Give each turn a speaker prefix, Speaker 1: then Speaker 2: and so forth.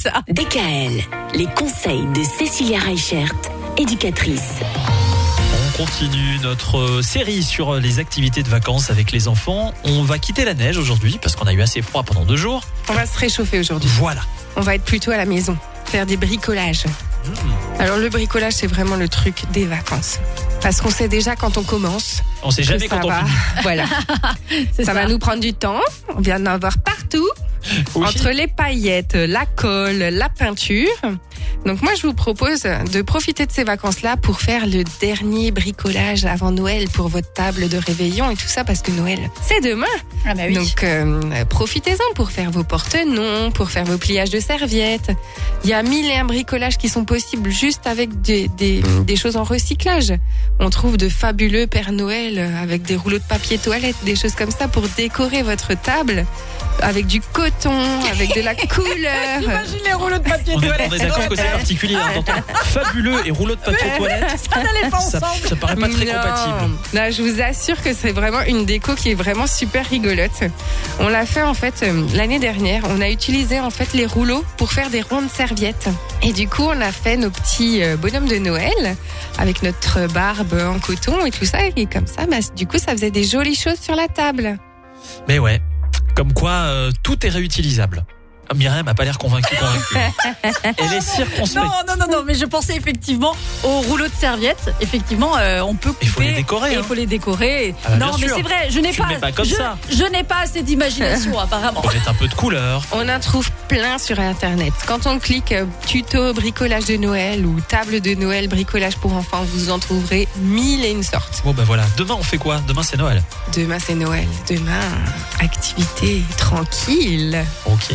Speaker 1: ça.
Speaker 2: DKL, les conseils de Cécilia Reichert, éducatrice.
Speaker 3: On continue notre euh, série sur les activités de vacances avec les enfants. On va quitter la neige aujourd'hui parce qu'on a eu assez froid pendant deux jours.
Speaker 1: On va se réchauffer aujourd'hui.
Speaker 3: Voilà.
Speaker 1: On va être plutôt à la maison, faire des bricolages.
Speaker 3: Hmm.
Speaker 1: Alors le bricolage, c'est vraiment le truc des vacances. Parce qu'on sait déjà quand on commence.
Speaker 3: On sait
Speaker 1: que
Speaker 3: jamais
Speaker 1: ça
Speaker 3: quand on
Speaker 1: va.
Speaker 3: finit.
Speaker 1: Voilà. ça, va nous prendre du temps. On vient d'en voir partout.
Speaker 3: Oui.
Speaker 1: Entre les paillettes, la colle, la peinture. Donc moi, je vous propose de profiter de ces vacances-là pour faire le dernier bricolage avant Noël pour votre table de réveillon et tout ça parce que Noël, c'est demain.
Speaker 4: Ah bah oui.
Speaker 1: Donc euh, profitez-en pour faire vos porte-noms, pour faire vos pliages de serviettes. Il y a mille et un bricolages qui sont possibles juste avec des, des, des choses en recyclage. On trouve de fabuleux Père Noël avec des rouleaux de papier toilette, des choses comme ça pour décorer votre table avec du coton, avec de la couleur.
Speaker 4: J'imagine les rouleaux de papier
Speaker 3: On est,
Speaker 4: toilette.
Speaker 3: on est d'accord que c'est particulier. hein, d'entendre fabuleux et rouleau de papier toilette,
Speaker 4: Ça n'allait pas
Speaker 3: ça,
Speaker 4: ensemble.
Speaker 3: ça paraît pas très
Speaker 1: Non.
Speaker 3: compatible.
Speaker 1: Non, je vous assure que c'est vraiment une déco qui est vraiment super rigolote. On l'a fait en fait euh, l'année dernière. On a utilisé en fait les rouleaux pour faire des rondes serviettes. Et du coup, on a fait nos petits euh, bonhommes de Noël avec notre barbe en coton et tout ça. Et comme ça, bah, du coup, ça faisait des jolies choses sur la table.
Speaker 3: Mais ouais, comme quoi euh, tout est réutilisable. Ah, Myriam a pas l'air convaincue, convaincue. Elle est circonspecte.
Speaker 4: Non, non, non, non, mais je pensais effectivement aux rouleaux de serviettes. Effectivement, euh, on peut couper.
Speaker 3: Il faut les décorer,
Speaker 4: et
Speaker 3: hein.
Speaker 4: Il faut les décorer.
Speaker 3: Ah bah,
Speaker 4: non,
Speaker 3: bien
Speaker 4: mais
Speaker 3: sûr.
Speaker 4: c'est vrai, je n'ai
Speaker 3: Tu le
Speaker 4: pas.
Speaker 3: mets pas comme
Speaker 4: je
Speaker 3: ça.
Speaker 4: je n'ai pas assez d'imagination, apparemment.
Speaker 3: On mettre un peu de couleur.
Speaker 1: On en trouve plein sur Internet. Quand on clique euh, tuto bricolage de Noël ou table de Noël bricolage pour enfants, vous en trouverez mille et une sortes.
Speaker 3: Bon ben voilà. Demain on fait quoi Demain c'est Noël.
Speaker 1: Demain c'est Noël. Demain, activité tranquille.
Speaker 3: Ok.